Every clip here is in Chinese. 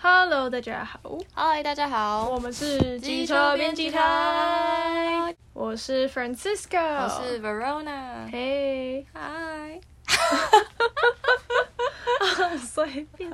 Hello，大家好，嗨，大家好，我们是机车编辑台，哦我是 Francisco，我是 Verona，嘿，嗨，随便，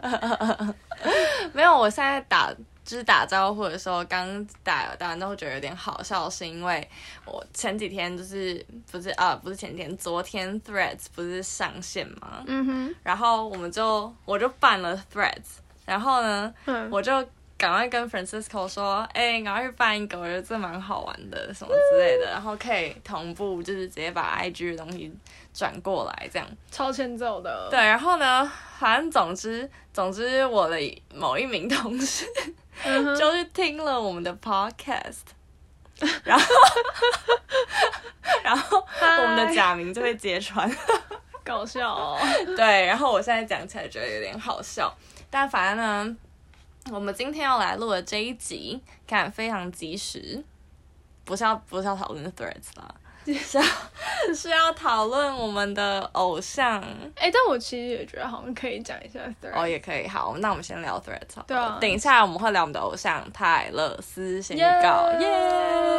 没有，我现在打就是打招呼的时候，刚打打完之后觉得有点好笑，是因为我前几天就是不是啊，不是前几天，昨天 Threads 不是上线吗？嗯哼，然后我们就我就办了 Threads，然后呢，嗯，我就赶快跟 Francisco 说，哎、赶快去办一个，我觉得这蛮好玩的，什么之类嗯的，然后可以同步，就是直接把 IG 的东西转过来这样。超前走的，对，，然后呢，反正总之总之，我的某一名同事嗯哼，就去听了我们的 podcast。然后， 然后我们的嗨假名就被揭穿，搞笑 哦，对，然后我现在讲起来觉得有点好笑，但反正呢，我们今天要来录的这一集，看非常及时，不是要不是要讨论 Threads 啦，是要是要讨论我们的偶像哎，但我其实也觉得好像可以讲一下 t h r 哦，也可以。好，那我们先聊 Threads 好了。对啊等一下我们会聊我们的偶像泰勒斯先预告，耶、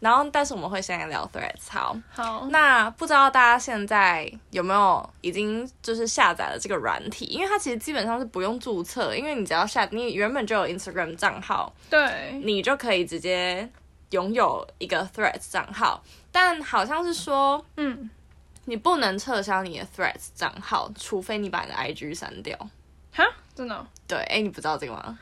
然后，但是我们会先来聊 Threads 好。好，那不知道大家现在有没有已经就是下载了这个软体？因为它其实基本上是不用注册，因为你只要下你原本就有 Instagram 账号，对，你就可以直接拥有一个 Threads 账号。但好像是说嗯，你不能撤销你的 Threads 账号，除非你把你的 IG 删掉。哈，真的哦。对，哎、你不知道这个吗？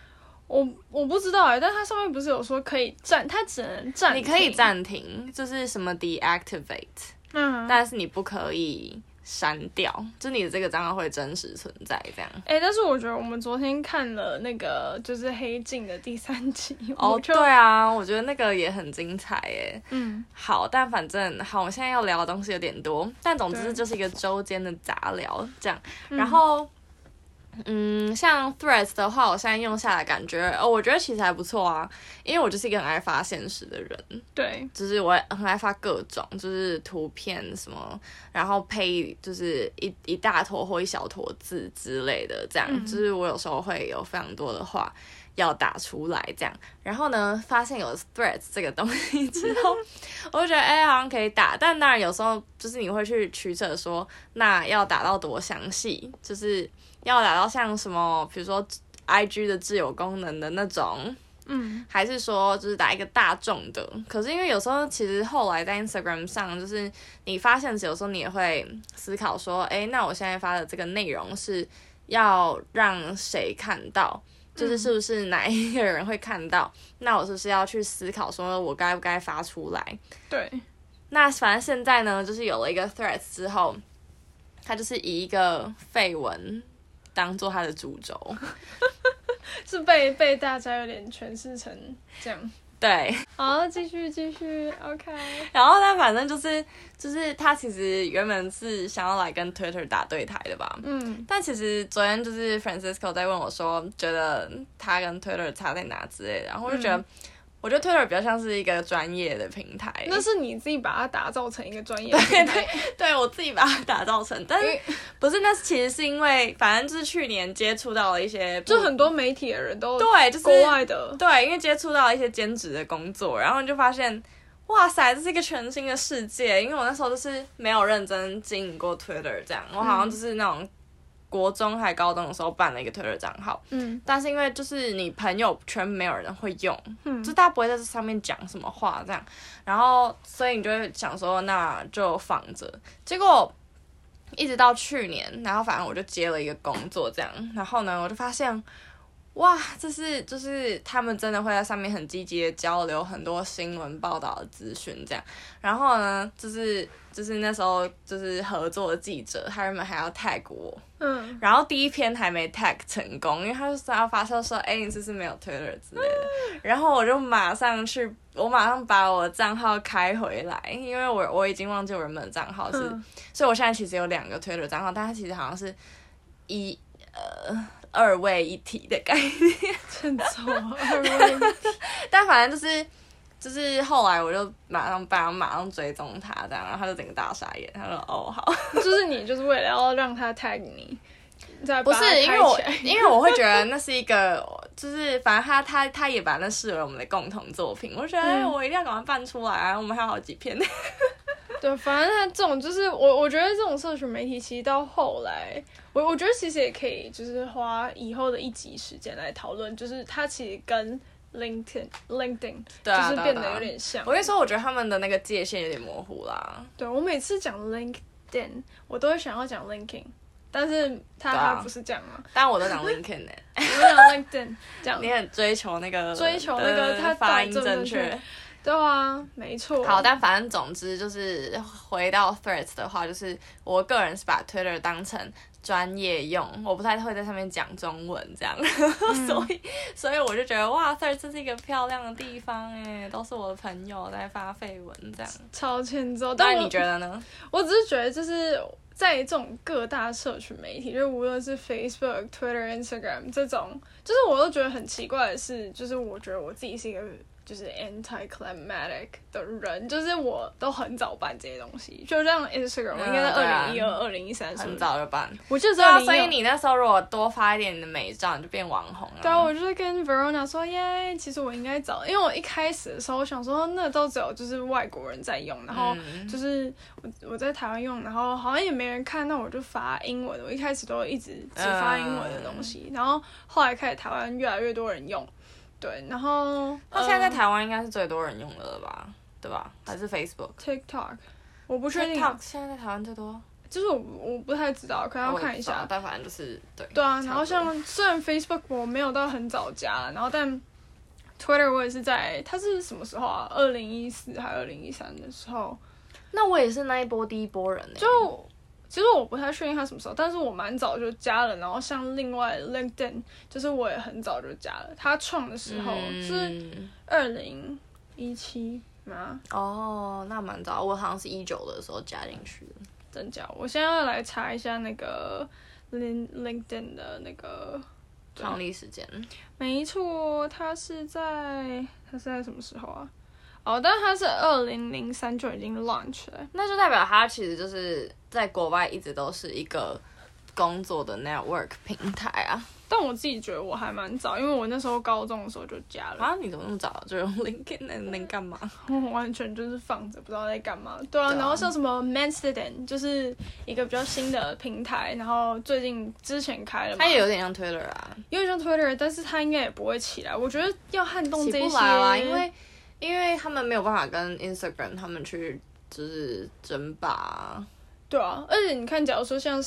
我我不知道哎、但它上面不是有说可以暂，它只能暂停，你可以暂停，就是什么 deactivate，嗯，但是你不可以删掉，就你的这个账号会真实存在这样。哎、但是我觉得我们昨天看了那个就是《黑镜》的第三集，哦我，就对啊，我觉得那个也很精彩耶。嗯，好，但反正好，我们现在要聊的东西有点多，但总对之就是一个周间的杂聊这样。然后，嗯，像 Threads 的话，我现在用下来感觉，哦，我觉得其实还不错啊，因为我就是一个很爱发现实的人，对，就是我很爱发各种，就是图片什么，然后配就是一一大坨或一小坨字之类的，这样、嗯就是我有时候会有非常多的话要打出来这样。然后呢，发现有 Threads 这个东西之后， 我就觉得哎、好像可以打，但当然有时候就是你会去取舍说，那要打到多详细，就是要打到像什么，比如说 IG 的自有功能的那种。嗯，还是说就是打一个大众的？可是因为有时候其实后来在 Instagram 上，就是你发现时有时候你也会思考说，诶，那我现在发的这个内容是要让谁看到？就是是不是哪一个人会看到？那我是不是要去思考说我该不该发出来？对，那反正现在呢，就是有了一个 Threads 之后，它就是以一个绯闻当做它的主轴。 是被被大家有点诠释成这样。对，好，继续继续，OK， 然后但反正就是就是他其实原本是想要来跟 Twitter 打对台的吧。嗯，但其实昨天就是 Francisco 在问我说，觉得他跟 Twitter 差在哪之类的，然后我就觉得，嗯我觉得 Twitter 比较像是一个专业的平台，那是你自己把它打造成一个专业的品牌， 对我自己把它打造成，但因是为不是？那其实是因为，反正就是去年接触到了一些不，就很多媒体的人都对，就是国外的，对，因为接触到一些兼职的工作，然后你就发现，哇塞，这是一个全新的世界。因为我那时候就是没有认真经营过 Twitter，这样，我好像就是那种国中还高中的时候办了一个 Twitter 账号，嗯但是因为就是你朋友圈没有人会用，嗯就大家不会在这上面讲什么话这样，然后所以你就会想说那就放着，结果一直到去年，然后反正我就接了一个工作这样，然后呢我就发现。哇，这是就是他们真的会在上面很积极的交流很多新闻报道的资讯这样，然后呢，就是就是那时候就是合作的记者，他原本还要 tag 我，嗯，然后第一篇还没 tag 成功，因为他就是要发售说，哎、你是不是没有 Twitter 之类的。然后我就马上去，我马上把我的账号开回来，因为我我已经忘记我原本的账号是，嗯所以我现在其实有两个 Twitter 账号，但它其实好像是一呃二位一体的概念。 欠揍啊，二位但反正就是就是后来我就马上把马上追踪他这样，然后他就整个大傻眼，他说哦好。 就是你就是为了要让他 tag 你，再把不它 是因为我开起来， 因为我会觉得那是一个就是反正他他他也把那视为我们的共同作品，我就觉得、哎嗯我一定要赶快办出来啊，我们还有好几篇。对，反正他这种就是我，我觉得这种社群媒体其实到后来，我我觉得其实也可以，就是花以后的一集时间来讨论，就是它其实跟 LinkedIn LinkedIn 对啊，就是对啊变对得啊有点像。我跟你说，我觉得他们的那个界限有点模糊啦。对我每次讲 LinkedIn，我都会想要讲 LinkedIn，但是他、对啊他不是这样吗？但我都讲 LinkedIn 呢、我讲 LinkedIn 这样 你，很哦追求那个追求那个呃它发到音正不正正确确。对啊，没错。好，但反正总之就是回到 Threads 的话，就是我个人是把 Twitter 当成专业用，我不太会在上面讲中文这样， 嗯所以所以我就觉得哇，Threads 这是一个漂亮的地方哎，都是我的朋友在发绯闻这样。超欠揍。但但我你觉得呢？我只是觉得，就是在这种各大社群媒体，就是无论是 Facebook、Twitter、Instagram 这种，就是我都觉得很奇怪的是，就是我觉得我自己是一个就是 anti-climatic 的人，就是我都很早办这些东西，就像 Instagram，我应该在嗯对啊二零一二、二零一三很，早就办，我就知对啊，道所以。你那时候如果多发一点你的美照，你就变网红了。对啊，我就是跟 Verona 说，耶，其实我应该早，因为我一开始的时候我想说，那都只有就是外国人在用，然后嗯就是我我在台湾用，然后好像也没人看，那我就发英文的。我一开始都一直只发英文的东西，然后后来开始台湾越来越多人用，对，然后那现在在呃台湾应该是最多人用的了吧？对吧？还是 Facebook？嗯 TikTok，我不不确定，现在在台湾最多，就是我我不太知道，可能要看一我也不知道下。哦啊但反正就是对。对啊，差不多然后像虽然 Facebook 我没有到很早加，然后但 Twitter 我也是在，它是什么时候啊？二零一四还二零一三的时候，那我也是那一波第一波人、欸，就其实我不太确定他什么时候，但是我蛮早就加了。然后像另外 LinkedIn，就是我也很早就加了。他创的时候是嗯二零一七吗？哦，那蛮早，我好像是一九的时候加进去的。真假？我现在要来查一下那个 Lin LinkedIn 的那个。对创立时间，没错，他是在他是在什么时候啊？哦，但他是二零零三就已经 launch 了、那就代表它其实就是在国外一直都是一个工作的 network 平台啊。但我自己觉得我还蛮早，因为我那时候高中的时候就加了。啊，你怎么那么早就用 LinkedIn 能能干 嘛？我 完全就是放着，不知道在干嘛。对啊，对啊然后像什么 Mansteden，就是一个比较新的平台，然后最近之前开了嘛，它也有点像 Twitter 啊，有点像 Twitter，但是它应该也不会起来。我觉得要撼动起这一不些，来啦，因为因为他们没有办法跟 Instagram 他们去就是争霸啊。对啊，而且你看，假如说像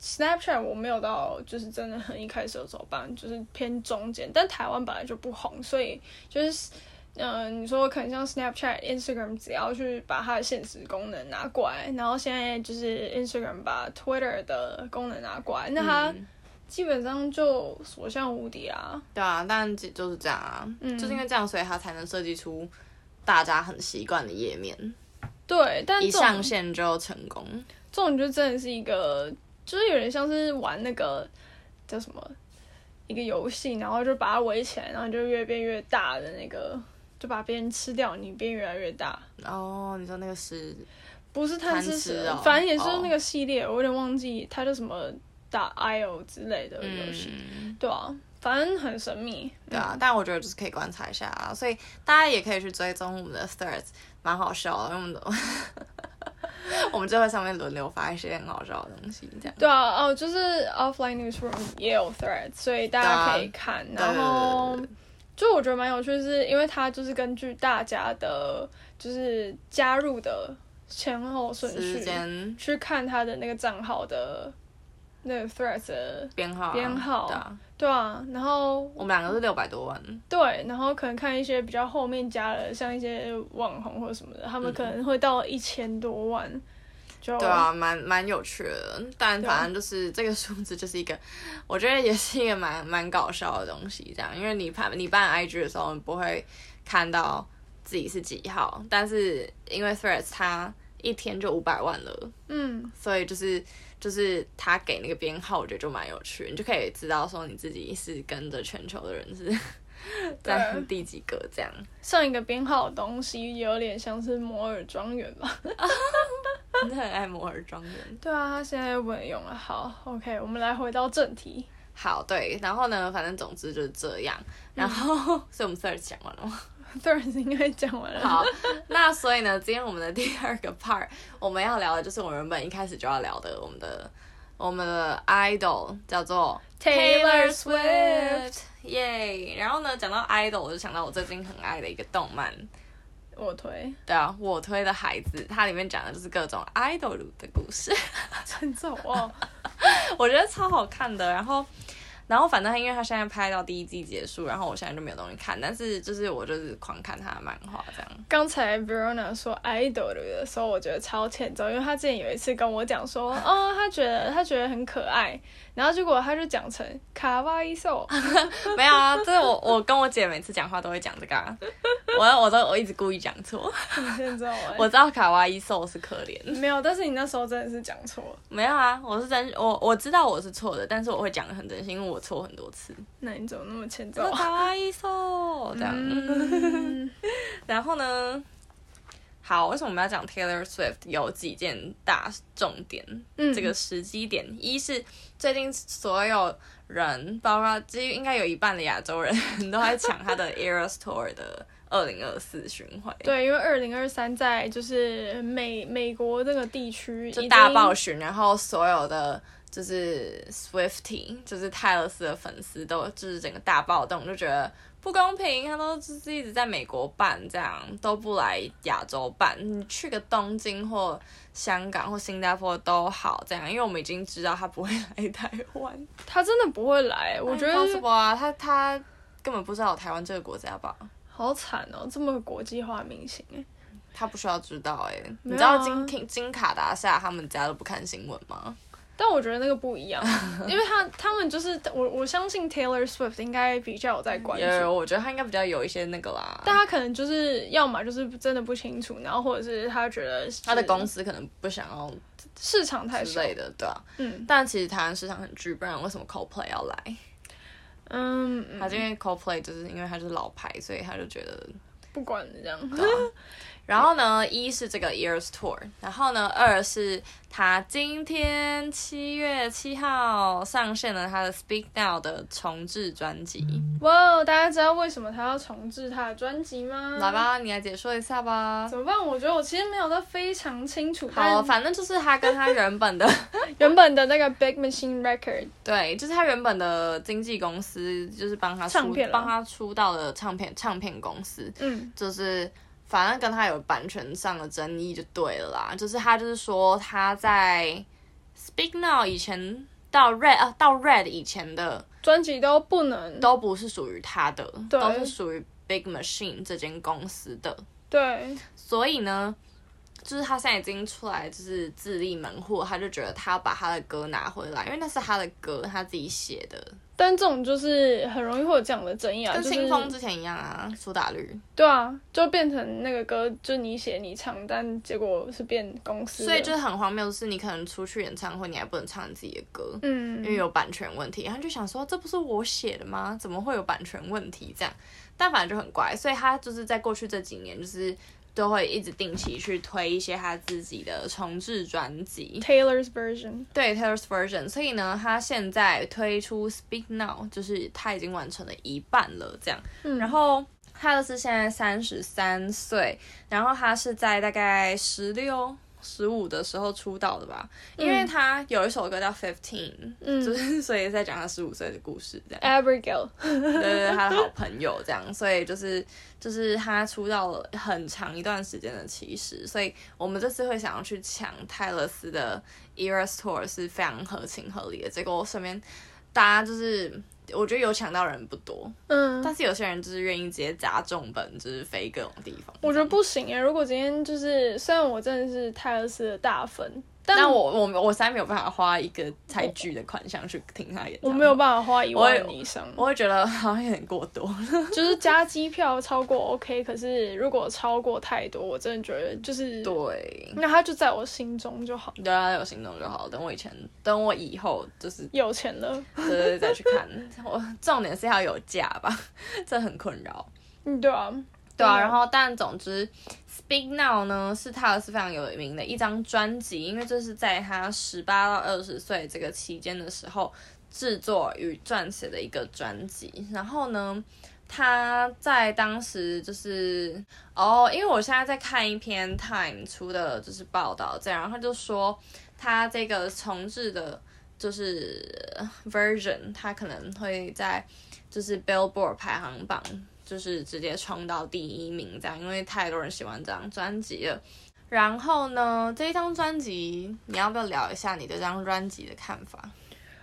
Snapchat，Snapchat 我没有到就是真的很一开始的时候办，就是偏中间，但台湾本来就不红，所以就是。嗯、你说可能像 Snapchat、Instagram，只要去把它的现实功能拿过来，然后现在就是 Instagram 把 Twitter 的功能拿过来，那它嗯基本上就所向无敌啊。对啊，但就就是这样啊，嗯就是因为这样，所以他才能设计出大家很习惯的页面，对，但一这上种线就成功。这种就真的是一个，就是有点像是玩那个叫什么一个游戏，然后就把它围起来，然后就越变越大的那个，就把别人吃掉，你变越来越大。哦，你说那个是不是贪吃贪蛇，吃哦反正也是那个系列，我有点忘记它叫什么打 IO 之类的游戏，嗯，对啊，反正很神秘。嗯对啊，但我觉得就是可以观察一下啊，所以大家也可以去追踪我们的 Threads，蛮好笑的，因为我们的 我们就会上面轮流发一些很好笑的东西，这样。对啊，哦，就是 offline newsroom 也有 thread，所以大家可以看。对啊然后对对对对，就我觉得蛮有趣的是，因为它就是根据大家的，就是加入的前后顺时序间去看它的那个账号的那个 threads 的，编号啊编号对啊，对啊，然后我们两个是六百多万，对，然后可能看一些比较后面加的，像一些网红或什么的，他们可能会到一千多万，就嗯对啊，蛮蛮有趣的。但对啊反正就是这个数字就是一个，我觉得也是一个蛮蛮搞笑的东西，这样，因为你办你办 IG 的时候，你不会看到自己是几号，但是因为 Threads 它一天就五百万了，嗯，所以就是。就是他给那个编号，我觉得就蛮有趣的，你就可以知道说你自己是跟着全球的人是 在对第几个这样。上一个编号的东西有点像是摩尔庄园吧。真的很爱摩尔庄园。对啊，他现在又不能用了。好，OK，我们来回到正题。 好，对，然后呢，反正总之就是这样。然后， 所以我们 search 讲完了吗？ ，Thurs 应该讲完了。好，那所以呢，今天我们的第二个 part 我们要聊的就是我们原本一开始就要聊的我们的我们的 idol 叫做 Taylor Swift 耶。然后呢，讲到 idol，我就想到我最近很爱的一个动漫，我推 对啊，我推的孩子，它里面讲的就是各种 idol 的故事。陈总哦， 我觉得超好看的。然后，然后反正因为他现在拍到第一季结束，然后我现在就没有东西看，但是就是我就是狂看他的漫画这样。 刚才 Verona 说 idol 的时候，我觉得超欠揍，因为他之前有一次跟我讲 说，哦，他觉得他觉得很可爱，然后结果他就讲成卡哇伊兽， 没有啊，这我我跟我姐每次讲话都会讲这个、啊，我我都我一直故意讲错。你现在知道吗？我知道卡哇伊兽是可怜，没有，但是你那时候真的是讲错，没有啊，我是真我我知道我是错的，但是我会讲的很真心，因为我错很多次。那你怎么那么欠揍 是啊？卡哇伊兽哦这样。嗯，然后呢？好，为什么我们要讲 Taylor Swift？有几件大重点，嗯这个时机点，一是最近所有人，包括几乎应该有一半的亚洲人 都在抢他的 Eras Tour 的二零二四巡回，，对，因为二零二三在就是美美国这个地区就已大经爆巡，然后所有的。就是 Swifty，就是泰勒斯的粉丝都就是整个大暴动，就觉得不公平，他都就是一直在美国办，这样都不来亚洲办，你去个东京或香港或新加坡都好，这样，因为我们已经知道他不会来台湾。他真的不会来，我觉得 possible 啊，他他根本不知道有台湾这个国家吧？好惨哦，这么国际化明星哎，他不需要知道哎、你没有啊知道金金金卡达夏他们家都不看新闻吗？但我觉得那个不一 样，因为他他们就是我我相信 Taylor Swift 应该比较有在关有，注，我觉得他应该比较有一些那个啦。但他可能就是要么就是真的不清楚，然后或者是他觉得是他的公司可能不想要市场太之小，类的，对啊。嗯但其实台湾市场很巨，不然为什么 Coldplay 要来？嗯，他嗯就因为 Coldplay 就是因为他是老牌，所以他就觉得嗯不管了这样， 对啊然后呢，一是这个 Years Tour，然后呢，二是他今天七月七号上线了他的 Speak Now 的重置专辑。哇，大家知道为什么他要重置他的专辑吗？来，吧，你来解说一下吧。怎么办？我觉得我其实没有到非常清楚，好，但反正就是他跟他原本的， 原本的那个 Big Machine Record，对，就是他原本的经纪公司，就是帮他唱出片啊帮他出道的唱片唱片公司，嗯，就是反正跟他有版权上的争议就对了啦。就是他就是说他在 Speak Now 以前到 Red 啊到 Red 以前的专辑都不能都不是属于他的，对都是属于 Big Machine 这间公司的。对，所以呢，就是他现在已经出来，就是自立门户，他就觉得他要把他的歌拿回来，因为那是他的歌，他自己写的，但这种就是很容易会有这样的争议啊，跟就是清风之前一样啊，苏打绿。对啊，就变成那个歌就你写你唱，但结果是变公司的，所以就是很荒谬的是，你可能出去演唱会，你还不能唱你自己的歌。嗯因为有版权问题，然后就想说这不是我写的吗？怎么会有版权问题这样？但反正就很怪，所以他就是在过去这几年，就是都会一直定期去推一些他自己的重置专辑。 Taylor's version，对 Taylor's version，所以呢，他现在推出 Speak Now，就是他已经完成了一半了，这样。嗯然后泰勒斯现在三十三岁，然后他是在大概十六、十五的时候出道的吧，因为他有一首歌叫 Fifteen，、嗯就是 所以在讲他十五岁的故事，这样。 Abigail，对对对，他的好朋友这样，所以就是就是他出道了很长一段时间的，其实，所以我们这次会想要去抢泰勒斯的 Eras Tour 是非常合情合理的。结果我身边大家就是。我觉得有抢到人不多，嗯，但是有些人就是愿意直接砸重本，就是飞各种地方。我觉得不行哎，如果今天就是虽然我真的是泰勒斯的大粉，但但我我我实在没有办法花一个才巨的款项去听他演唱会我没有，办法花一也万以上，我会觉得好像有点过 多。就是加机票超过 OK，可是如果超过太多，我真的觉得就是，对，那他就在我心中就好，对啊，有行动就好。等我以前，等我以后就是有钱了，对对对，再去看。 我重点是要有假吧， 这很困扰。嗯，对啊，对啊，然后但总之，Speak Now 呢是泰勒斯非常有名的一张专辑，因为这是在他十八到二十岁这个期间的时候制作与撰写的一个专辑。然后呢，他在当时就是哦，因为我现在在看一篇 Time 出的就是报道，这样然后他就说他这个重置的，就是呃 version，他可能会在就是 Billboard 排行榜就是直接冲到第一名这样，因为太多人喜欢这张专辑了。然后呢，这一张专辑你要不要聊一下你对这张专辑的看法？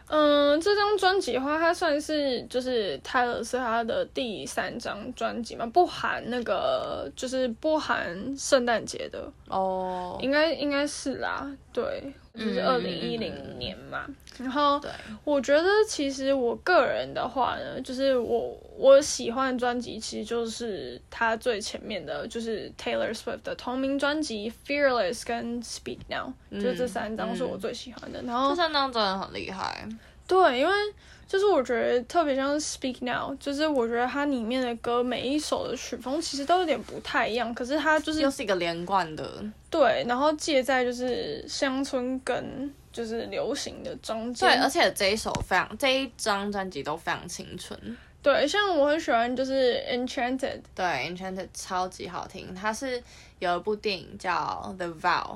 嗯，这张专辑的话，它算是就是泰勒是他的第三张专辑嘛，不含那个就是不含圣诞节的，哦，应该应该是啦，对，就是嗯二嗯零一嗯零年嘛。然后对，我觉得其实我个人的话呢，就是我我喜欢的专辑其实就是他最前面的，就是 Taylor Swift 的同名专辑《Fearless》跟《Speak Now》，就这三张是我最喜欢的。然后嗯这三张真的很厉害。对，因为就是我觉得特别像《Speak Now》，就是我觉得它里面的歌每一首的曲风其实都有点不太一样，可是它就是又是一个连贯的，对，然后介在就是乡村跟就是流行的中间。对，而且这一首非常，这一张专辑都非常青春。对，像我很喜欢就是《Enchanted》，对，Enchanted 超级好听，它是有一部电影叫《The Vow》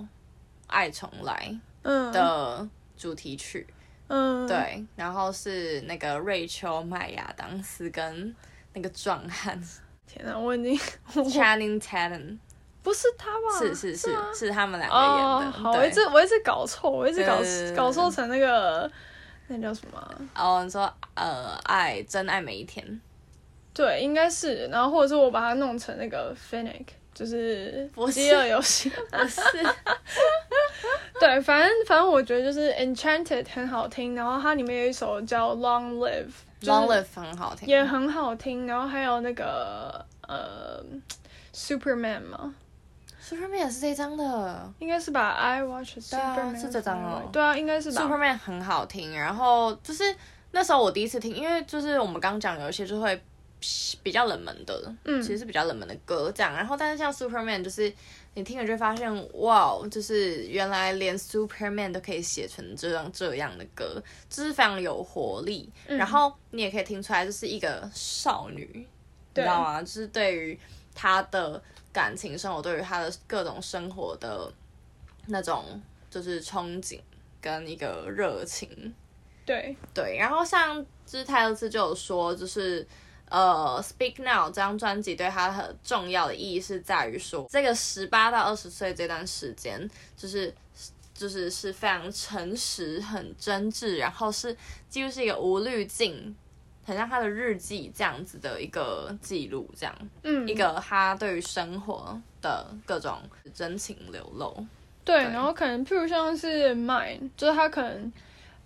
爱重来嗯，的主题曲，嗯，，对，然后是那个瑞秋麦亚当斯跟那个壮 汉天哪，我已经 Channing Tatum，不是他吧？是啊是是吗是他们两个演哦，的，好，对呃我一直我一直搞错，我一直搞对搞错成那个那叫什么啊？哦，你说呃，爱真爱每一天，对，应该是，然后或者是我把它弄成那个 Finic，就是不是饥饿游戏。 不 是，对，反正反正我觉得就是《Enchanted》很好听，然后它里面有一首叫《Long Live》，就是 Long Live 很好听，也很好听，然后还有那个呃，Superman 嘛， Superman 也是这张的应该是吧？I watch a 对啊 Superman，是这张哦 fly away 对啊，应该是吧。 ，Superman 很好听。然后就是那时候我第一次听，因为就是我们刚讲有一些就会比较冷门的，嗯其实是比较冷门的歌这样。然后但是像 Superman 就是你听了就会发现，哇，就是原来连 Superman 都可以写成这样这样的歌，就是非常有活力。嗯然后你也可以听出来，就是一个少女，你对知道吗？就是对于她的感情生活，对于她的各种生活的那种就是憧憬跟一个热情。对，对，然后像就是泰勒斯就有说，就是呃，《Speak Now》这张专辑对他很重要的意义是在于说，这个十八到二十岁这段时间，就是就是是非常诚实、很真挚，然后是几乎是一个无滤镜。很像他的日记这样子的一个记录，这样嗯，一个他对于生活的各种真情流露。对，对然后可能譬如像是 Mine，就是他可能。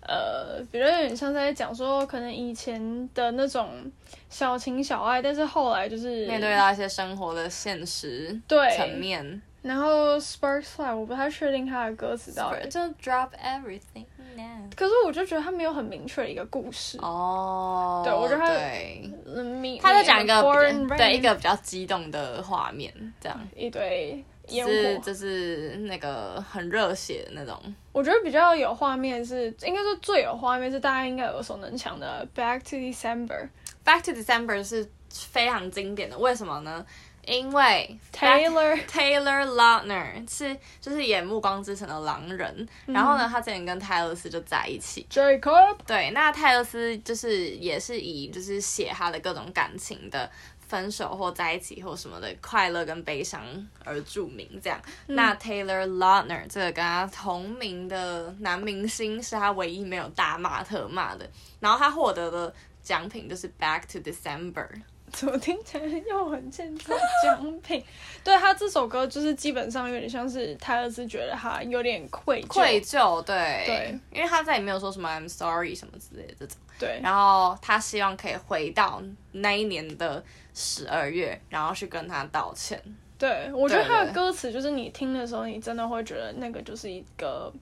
呃，比如有点像是在讲说，可能以前的那种小情小爱，但是后来就是面对到一些生活的现实对层面，然后 Sparks Fly，我不太确定他的歌词到底，就 drop everything now。可是我就觉得他没有很明确的一个故事。哦，对我觉得他对嗯，他在讲一个比 Foreign 较 Rain 对一个比较激动的画面，这样一堆烟就是火。就是那个很热血的那种。我觉得比较有画面是，应该说最有画面是大家应该耳熟能详的《Back to December Back to December 是非常经典的，为什么呢？因为》Back- Taylor。 Taylor Lautner 是就是演《暮光之城》的狼人，嗯然后呢，他之前跟泰勒斯就在一起， Jacob，对，那泰勒斯就是也是以就是写他的各种感情的分手或在一起或什么的快乐跟悲伤而著名，这样。嗯那 Taylor Lautner 这个跟他同名的男明星是他唯一没有大骂特骂的，然后他获得的奖品就是 Back to December。 怎么听起来又很欠揍？奖品， 对他这首歌就是基本上有点像是泰勒斯觉得他有点愧疚，愧疚，对，对，因为他在里面有说什么 I'm sorry 什么之类的这种。对，然后他希望可以回到那一年的十二月，然后去跟他道歉。对，我觉得对他对的歌词就是你听的时候，你真的会觉得那个就是一个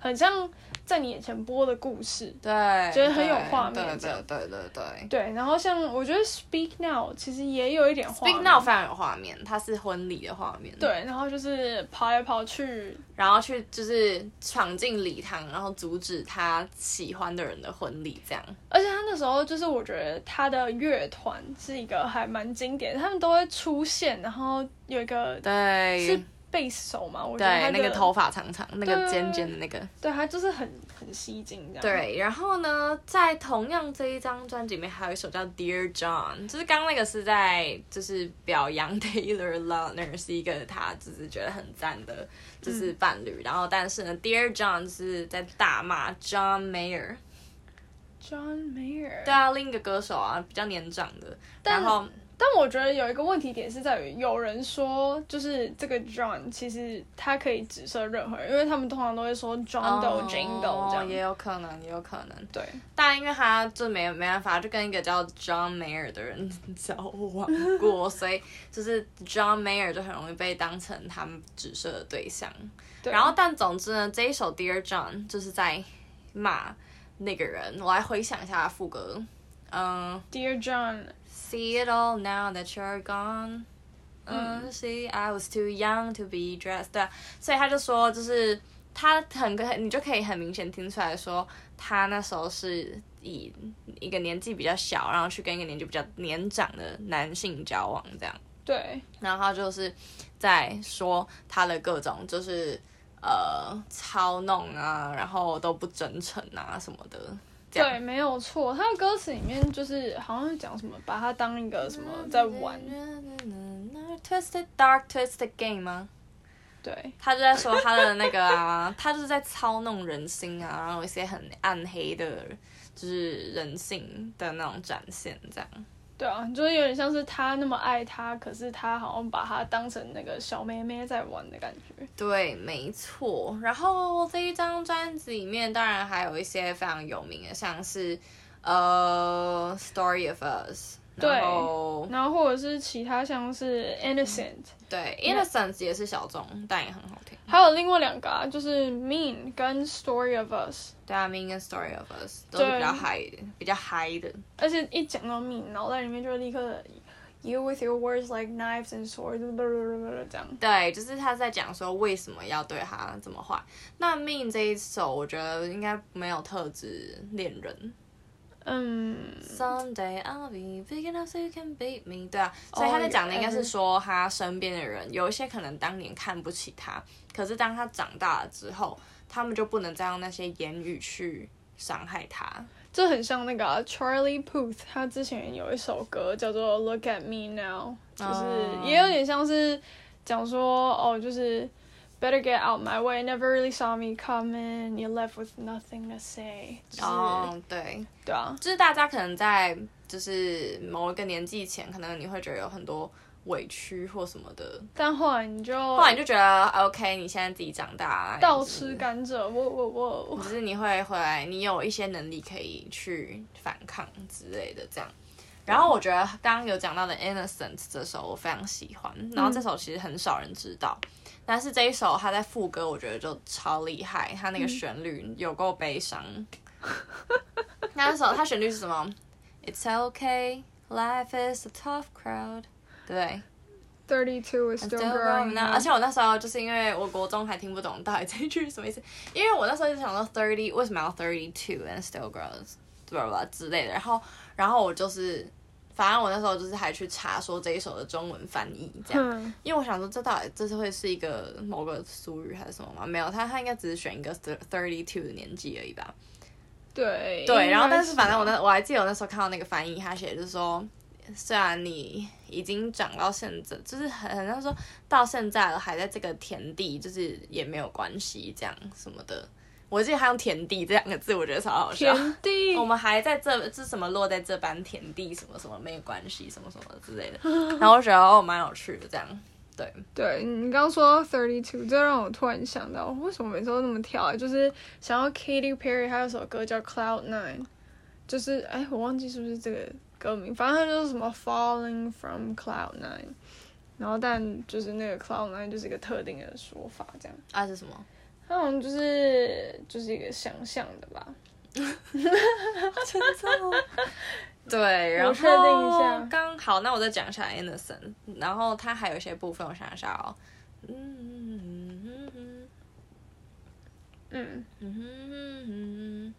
很像在你眼前播的故事。对，觉得很有对画面这对样对对对对。对，然后像我觉得 Speak Now 其实也有一点画 Speak 面 Now 非常有画面，它是婚礼的画面。，对，然后就是跑来跑去，然后去就是闯进礼堂，然后阻止他喜欢的人的婚礼，这样。而且他那时候就是，我觉得他的乐团是一个还蛮经典的，他们都会出现，然后有一个对，是贝斯手嘛，我觉得他对，的那个头发长长，那个对尖尖的那个。对他就是很很吸睛这样。，对，然后呢，在同样这一张专辑里面，还有一首叫《Dear John》，就是刚刚那个是在就是表扬 Taylor Lautner 是一个他就是觉得很赞的，嗯就是伴侣。然后但是呢，《Dear John》是在大骂 John Mayer， John Mayer。对啊，另一个歌手啊，比较年长的。然但后但我觉得有一个问题点是在于，有人说就是这个 John 其实他可以指涉任何人，因为他们通常都会说 John Doe、Jane Doe 这哦样。也有可能，也有可能。对，但因为他就没没办法，就跟一个叫 John Mayer 的人交往过，所以就是 John Mayer 就很容易被当成他们指涉的对象。对然后，但总之呢，这一首 Dear John 就是在骂那个人。我来回想一下副歌，嗯 Dear John， ，See it all now that you're gone。嗯，See I was too young to be dressed。对啊，所以他就说，就是他很你就可以很明显听出来说，他那时候是以一个年纪比较小，然后去跟一个年纪比较年长的男性交往这样。对然后他就是在说他的各种就是呃操弄啊，然后都不真诚啊什么的，这样对，没有错。他的歌词里面就是好像讲什么把他当一个什么哦嗯在玩， Twisted Dark Twisted Game 吗？对。他就在说他的那个啊， 他就是在操弄人心啊，然后一些很暗黑的，就是人性的那种展现，这样。对啊，就是有点像是他那么爱他，可是他好像把他当成那个小妹妹在玩的感觉。对，没错。然后这一张专辑里面，当然还有一些非常有名的，像是呃《Story of Us》，对然后然后或者是其他像是 Innocent，对《Innocence》也是小众，但也很好听。还有另外两个啊，就是 Mean 跟 Story of Us。对啊，《Mean》跟《Story of Us》都是对比较嗨、比较嗨的。而且一讲到 Mean，脑袋里面就会立刻 You with your words like knives and swords，这样。对，就是他在讲说为什么要对他这么坏。那《Mean》这一首，我觉得应该没有特指恋人。嗯， Someday I'll be big enough so you can beat me。对啊， Oh, 所以他在讲的应该 yeah. 是说他身边的人，有一些可能当年看不起他，可是当他长大了之后，他们就不能再用那些言语去伤害他。这很像那个啊、Charlie Puth，他之前有一首歌叫做《Look at Me Now》，就是也有点像是讲说哦，就是 Better get out my way, never really saw me coming, you're left with nothing to say，就是、哦、对，对啊，就是大家可能在就是某一个年纪前，可能你会觉得有很多委屈或什么的，但后来你就后来你就觉得 OK，你现在自己长大了，倒就是吃甘蔗，我我我，只是你会回来，你有一些能力可以去反抗之类的这样。然后我觉得刚刚有讲到的《Innocent》这首我非常喜欢，然后这首其实很少人知道，但是这一首它在副歌我觉得就超厉害，它那个旋律有够悲伤。那首它旋律是什么？It's okay, life is a tough crowd，对不对？ Thirty Two is still growing，那而且我那时候就是因为我国中还听不懂到底这一句是什么意思，因为我那时候就想说 thirty 为什么要 thirty two and still grows，对吧之类的，然后然后我就是，反正我那时候就是还去查说这一首的中文翻译这样，嗯，因为我想说这到底这是会是一个某个俗语还是什么吗？没有，他他应该只是选一个 thirty two 的年纪而已吧。对对，然后应该但是反正我那我还记得我那时候看到那个翻译，他写就是说，虽然你已经长到现在，就是很很像说到现在了，还在这个田地，就是也没有关系，这样什么的。我记得他用“田地”这两个字，我觉得超好笑。田地哦我们还在这，这什么落在这般田地，什么什么没有关系，什么什么之类的。然后我觉得哦，蛮有趣的这样。对，对你刚刚说 Thirty Two，这让我突然想到，为什么每次都那么跳啊？就是想要 Katy Perry，她有首歌叫 Cloud Nine，就是哎，我忘记是不是这个歌名，反正它就是什么 Falling from Cloud Nine，然后但就是那个 Cloud Nine 就是一个特定的说法，这样啊是什么？那种就是就是一个想象的吧。真的。 对，然后我确定一下刚好，那我再讲一下 Innocent，然后它还有一些部分，我想一下哦。嗯嗯嗯嗯，嗯嗯嗯，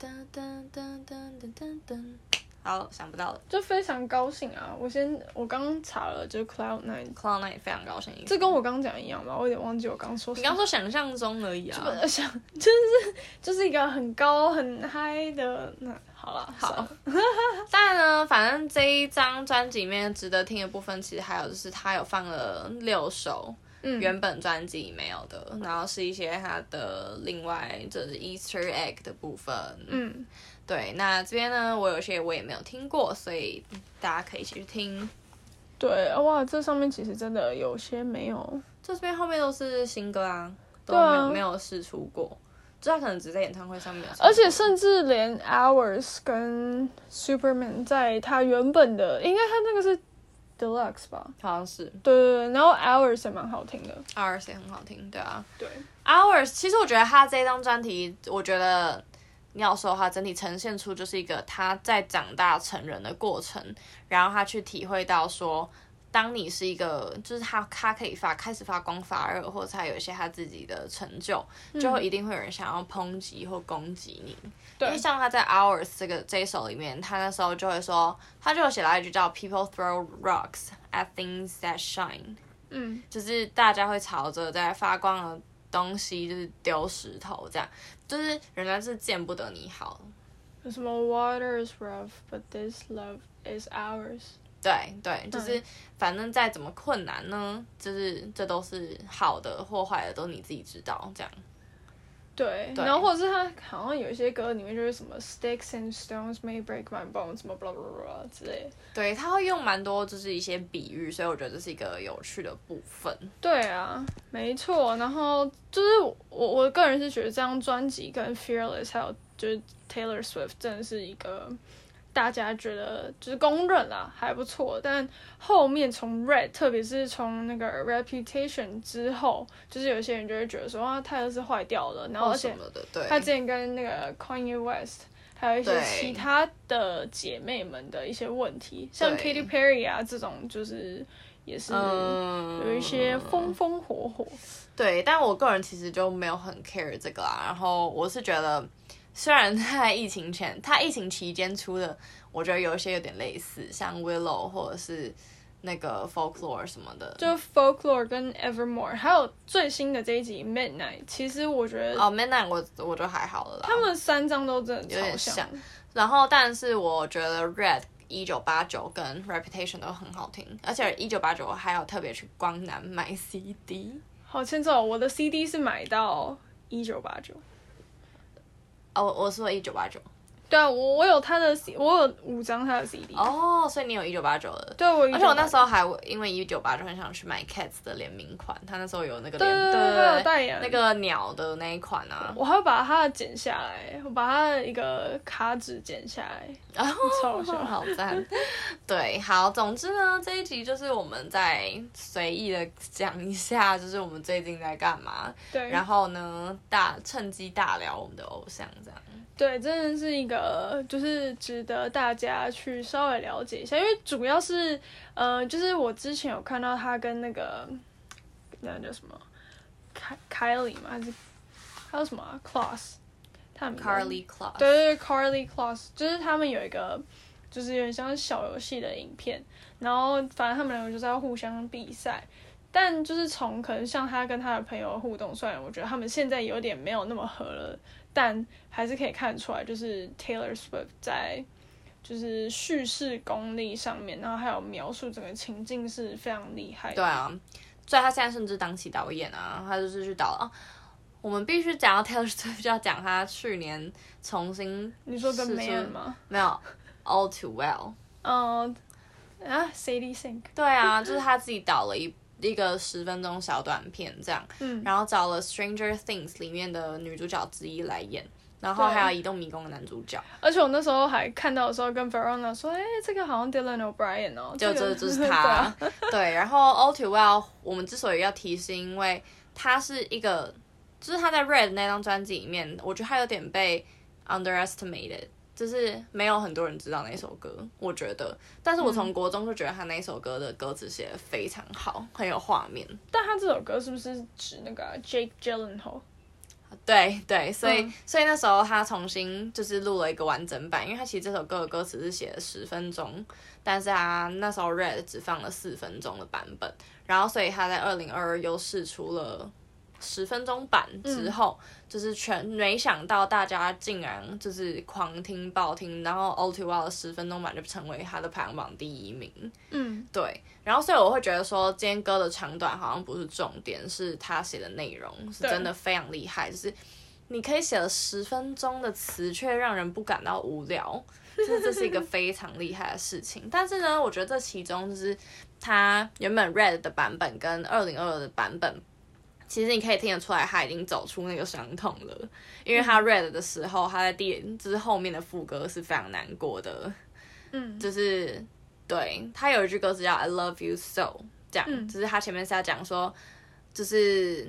嗯噔噔噔噔噔噔噔，嗯好，想不到了。就非常高兴啊！我先我刚刚查了，就是 Cloud Nine， Clown Night 非常高兴，这跟我刚刚讲的一样吧？我有点忘记我刚刚说什你么。刚说想象中而已啊。我想就是就是一个很高很嗨的那好了好算 了但呢，反正这一张专辑里面值得听的部分，其实还有就是他有放了六首嗯原本专辑没有的，然后是一些他的另外就是 Easter egg 的部分。嗯对，那这边呢，我有些我也没有听过，所以嗯大家可以一起去听。对哇，这上面其实真的有些没有就这边后面都是新歌啊，都对没有、啊没有试出过，就他可能只在演唱会上面有试出过。而且甚至连 Hours 跟 Superman 在他原本的，应该他那个是 Deluxe 吧？好像是对对对，然后 Hours 也蛮好听的。 Hours 也很好听，对啊。对， Hours，其实我觉得他这张专辑，我觉得要说他整体呈现出就是一个他在长大成人的过程，然后他去体会到说，当你是一个就是他他可以发开始发光发热，或者他有一些他自己的成就，就会一定会有人想要抨击或攻击你。对因为像他在 Hours 这个这一首里面，他那时候就会说，他就有写到一句叫 People throw rocks at things that shine。嗯，就是大家会朝着在发光的东西就是丢石头，这样就是人家是见不得你好。有什么 Water is rough, but this love is ours。对对，就是反正再怎么困难呢，就是这都是好的或坏的，都你自己知道。这样对，对然后或者是他好像有一些歌里面就是什么 Sticks and stones may break my bones，什么 blah blah blah 之类的。对，他会用蛮多就是一些比喻，所以我觉得这是一个有趣的部分。对啊，没错。然后就是我我个人是觉得这张专辑跟 Fearless 还有就是 Taylor Swift 真的是一个大家觉得就是公认啦，还不错。但后面从 Red，特别是从那个 Reputation 之后，就是有些人就会觉得说啊，泰勒是坏掉了，然后或而什且么的，对，他之前跟那个 Kanye West。还有一些对其他的姐妹们的一些问题，像对 Katy Perry 啊这种，就是也是嗯有一些风风火火。对，但我个人其实就没有很 care 这个啦。然后我是觉得，虽然他在疫情前，他疫情期间出的，我觉得有一些有点类似，像 Willow 或者是那个 Folklore 什么的。就 Folklore 跟 Evermore，还有最新的这一集 Midnight，其实我觉得哦，Midnight 我我就还好了啦。他们三张都真的有超点像像。然后，但是我觉得 Red 一九八九跟 Reputation 都很好听，而且一九八九我还有特别去光南买 CD。好欠揍！我的 CD 是买到一九八九。哦，我说一九八九。对啊，我我有他的 C，我有五张他的 CD。哦，所以你有一九八九的。对，我而且我那时候候还因为一九八就很想去买 Cats 的联名款，他那时候有那个对联对对对，他有代言那。个鸟的那一款啊，我还要把它剪下来，我把它的一个卡纸剪下来，然后超好笑。 好赞，对，好，总之呢，这一集就是我们在随意的讲一下，就是我们最近在干嘛，对，然后呢，大趁机大聊我们的偶像这样，对，真的是一个就是值得大家去稍微了解一下，因为主要是呃，就是我之前有看到他跟那个那叫什么凯凯里嘛，还是还有什么、啊、Class，他们 Carly Claus，嗯对对对 Carly Class，就是他们有一个就是有点像小游戏的影片，然后反正他们两个就是要互相比赛。但就是从可能像他跟他的朋友互动，虽然我觉得他们现在有点没有那么合了，但还是可以看出来，就是 Taylor Swift 在就是叙事功力上面，然后还有描述整个情境是非常厉害的。对啊，所以他现在甚至当起导演啊，他就是去导哦。我们必须讲到 Taylor Swift，就要讲他去年重新你说跟是 Mayer 是吗？没有 All Too Well。嗯、啊，Sadie Sink，对啊，就是他自己导了一一个十分钟小短片这样，嗯然后找了《Stranger Things》里面的女主角之一来演，然后对还有《移动迷宫》的男主角，而且我那时候还看到的时候，跟 Verona 说：“哎、这个好像 Dylan O'Brien 哦。就这这个”就是 对他啊。对，然后 All Too Well，我们之所以要提，是因为他是一个就是他在 Red 那张专辑里面，我觉得他有点被 underestimated，就是没有很多人知道那首歌，我觉得。但是嗯我从国中就觉得他那首歌的歌词写的非常好，很有画面。但他这首歌是不是指那个啊 Jake Gyllenhaal？对对，所以、嗯所以那时候他重新就是录了一个完整版，因为他其实这首歌的歌词是写了十分钟，但是他那时候 Red 只放了四分钟的版本，然后所以他在二零二二又试出了十分钟版之后，就是全没想到大家竟然就是狂听爆听，然后 O T W 的十分钟版就成为他的排行榜第一名。嗯对，然后所以我会觉得说，今天歌的长短好像不是重点，是他写的内容是对真的非常厉害，就是你可以写了十分钟的词，却让人不感到无聊，就是这是一个非常厉害的事情。但是呢，我觉得这其中就是他原本 Red 的版本跟二零二二的版本。其实你可以听得出来，他已经走出那个伤痛了，因为他 red 的时候，他在第就是后面的副歌是非常难过的，嗯，就是对他有一句歌词叫 "I love you so"，这样，嗯就是他前面是要讲说，就是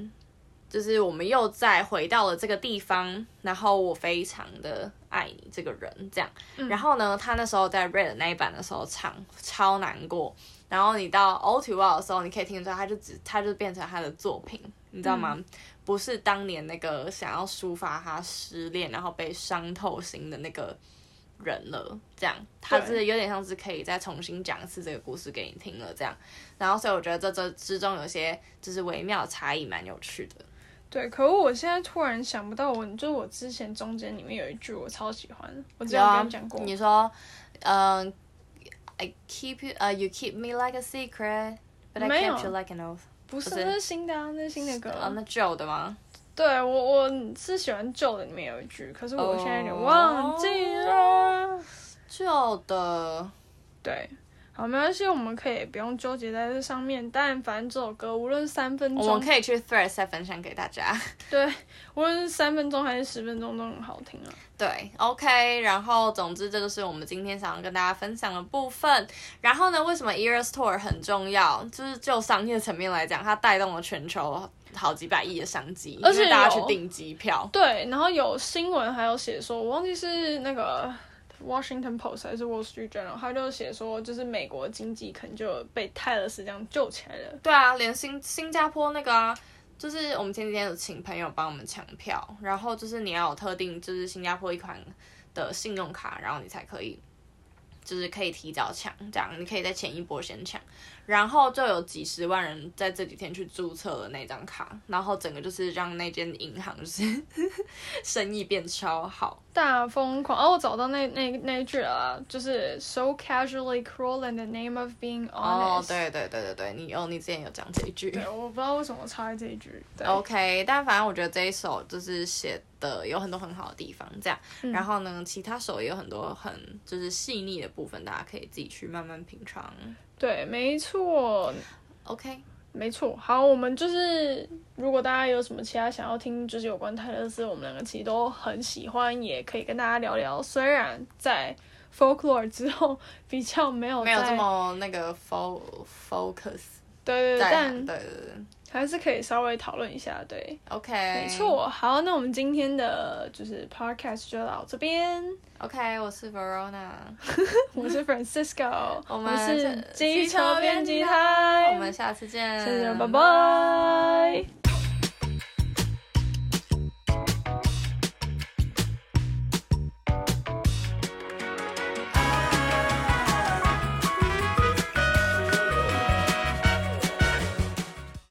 就是我们又再回到了这个地方，然后我非常的爱你这个人，这样。然后呢，他那时候在 Red 那一版的时候唱超难过，然后你到 O t o 的时候，你可以听得出来，他就只他就变成他的作品，你知道吗？不是当年那个想要抒发他失恋然后被伤透心的那个人了，这样他对是有点像是可以再重新讲一次这个故事给你听了这样，然后所以我觉得这这之中有些就是微妙的差异，蛮有趣的。对。可是我现在突然想不到我，就是我之前中间里面有一句我超喜欢的，我之前有跟你讲过。啊你说，嗯、i keep you，呃、y o u keep me like a secret。But I 没有 kept you like an oath。不是，不是那是新的啊，那是新的歌。啊，那旧的吗？对我，我是喜欢旧的里面有一句，可是我现在有点忘记了。了。哦旧的，对，好，没关系，我们可以不用纠结在这上面。但反正这首歌，无论三分我们钟，可以去 Threads 再分享给大家。 对，无论是三分钟还是十分钟都很好听啊。对，OK，然后总之这就是我们今天想要跟大家分享的部分。然后呢，为什么 Eras Tour 很重要？就是就商业层面来讲，它带动了全球好几百亿的商机，而且因为大家去有订机票。对，然后有新闻还有写说，我忘记是那个 Washington Post 还是 Wall Street Journal，他就写说，就是美国经济可能就被泰勒斯这样救起来了。对啊，连新新加坡那个啊，就是我们前几天有请朋友帮我们抢票，然后就是你要有特定就是新加坡一款的信用卡，然后你才可以。就是可以提早抢，这样你可以在前一波先抢，然后就有几十万人在这几天去注册了那张卡，然后整个就是让那间银行就是 生意变超好。大疯狂！哦，我找到那那那一句了啊，就是 so casually cruel in the name of being honest。哦，对对对对对，你哦，你之前有讲这一句。对，我不知道为什么插在这一句。对 OK，但反正我觉得这一首就是写的有很多很好的地方，这样。嗯然后呢，其他首也有很多很就是细腻的部分，大家可以自己去慢慢品尝。对，没错， OK，没错。好，我们就是如果大家有什么其他想要听，就是有关泰勒斯，我们两个其实都很喜欢，也可以跟大家聊聊。虽然在 folklore 之后比较没有没有在这么那个 fo focus，对对，对对对但对对还是可以稍微讨论一下。对， ，OK，没。错。好，那我们今天的就是 podcast 就到这边。 OK，我是 Verona，我是 Francisco， 我们们是是机机车车编编辑辑台，我们下次见，下次见，拜拜。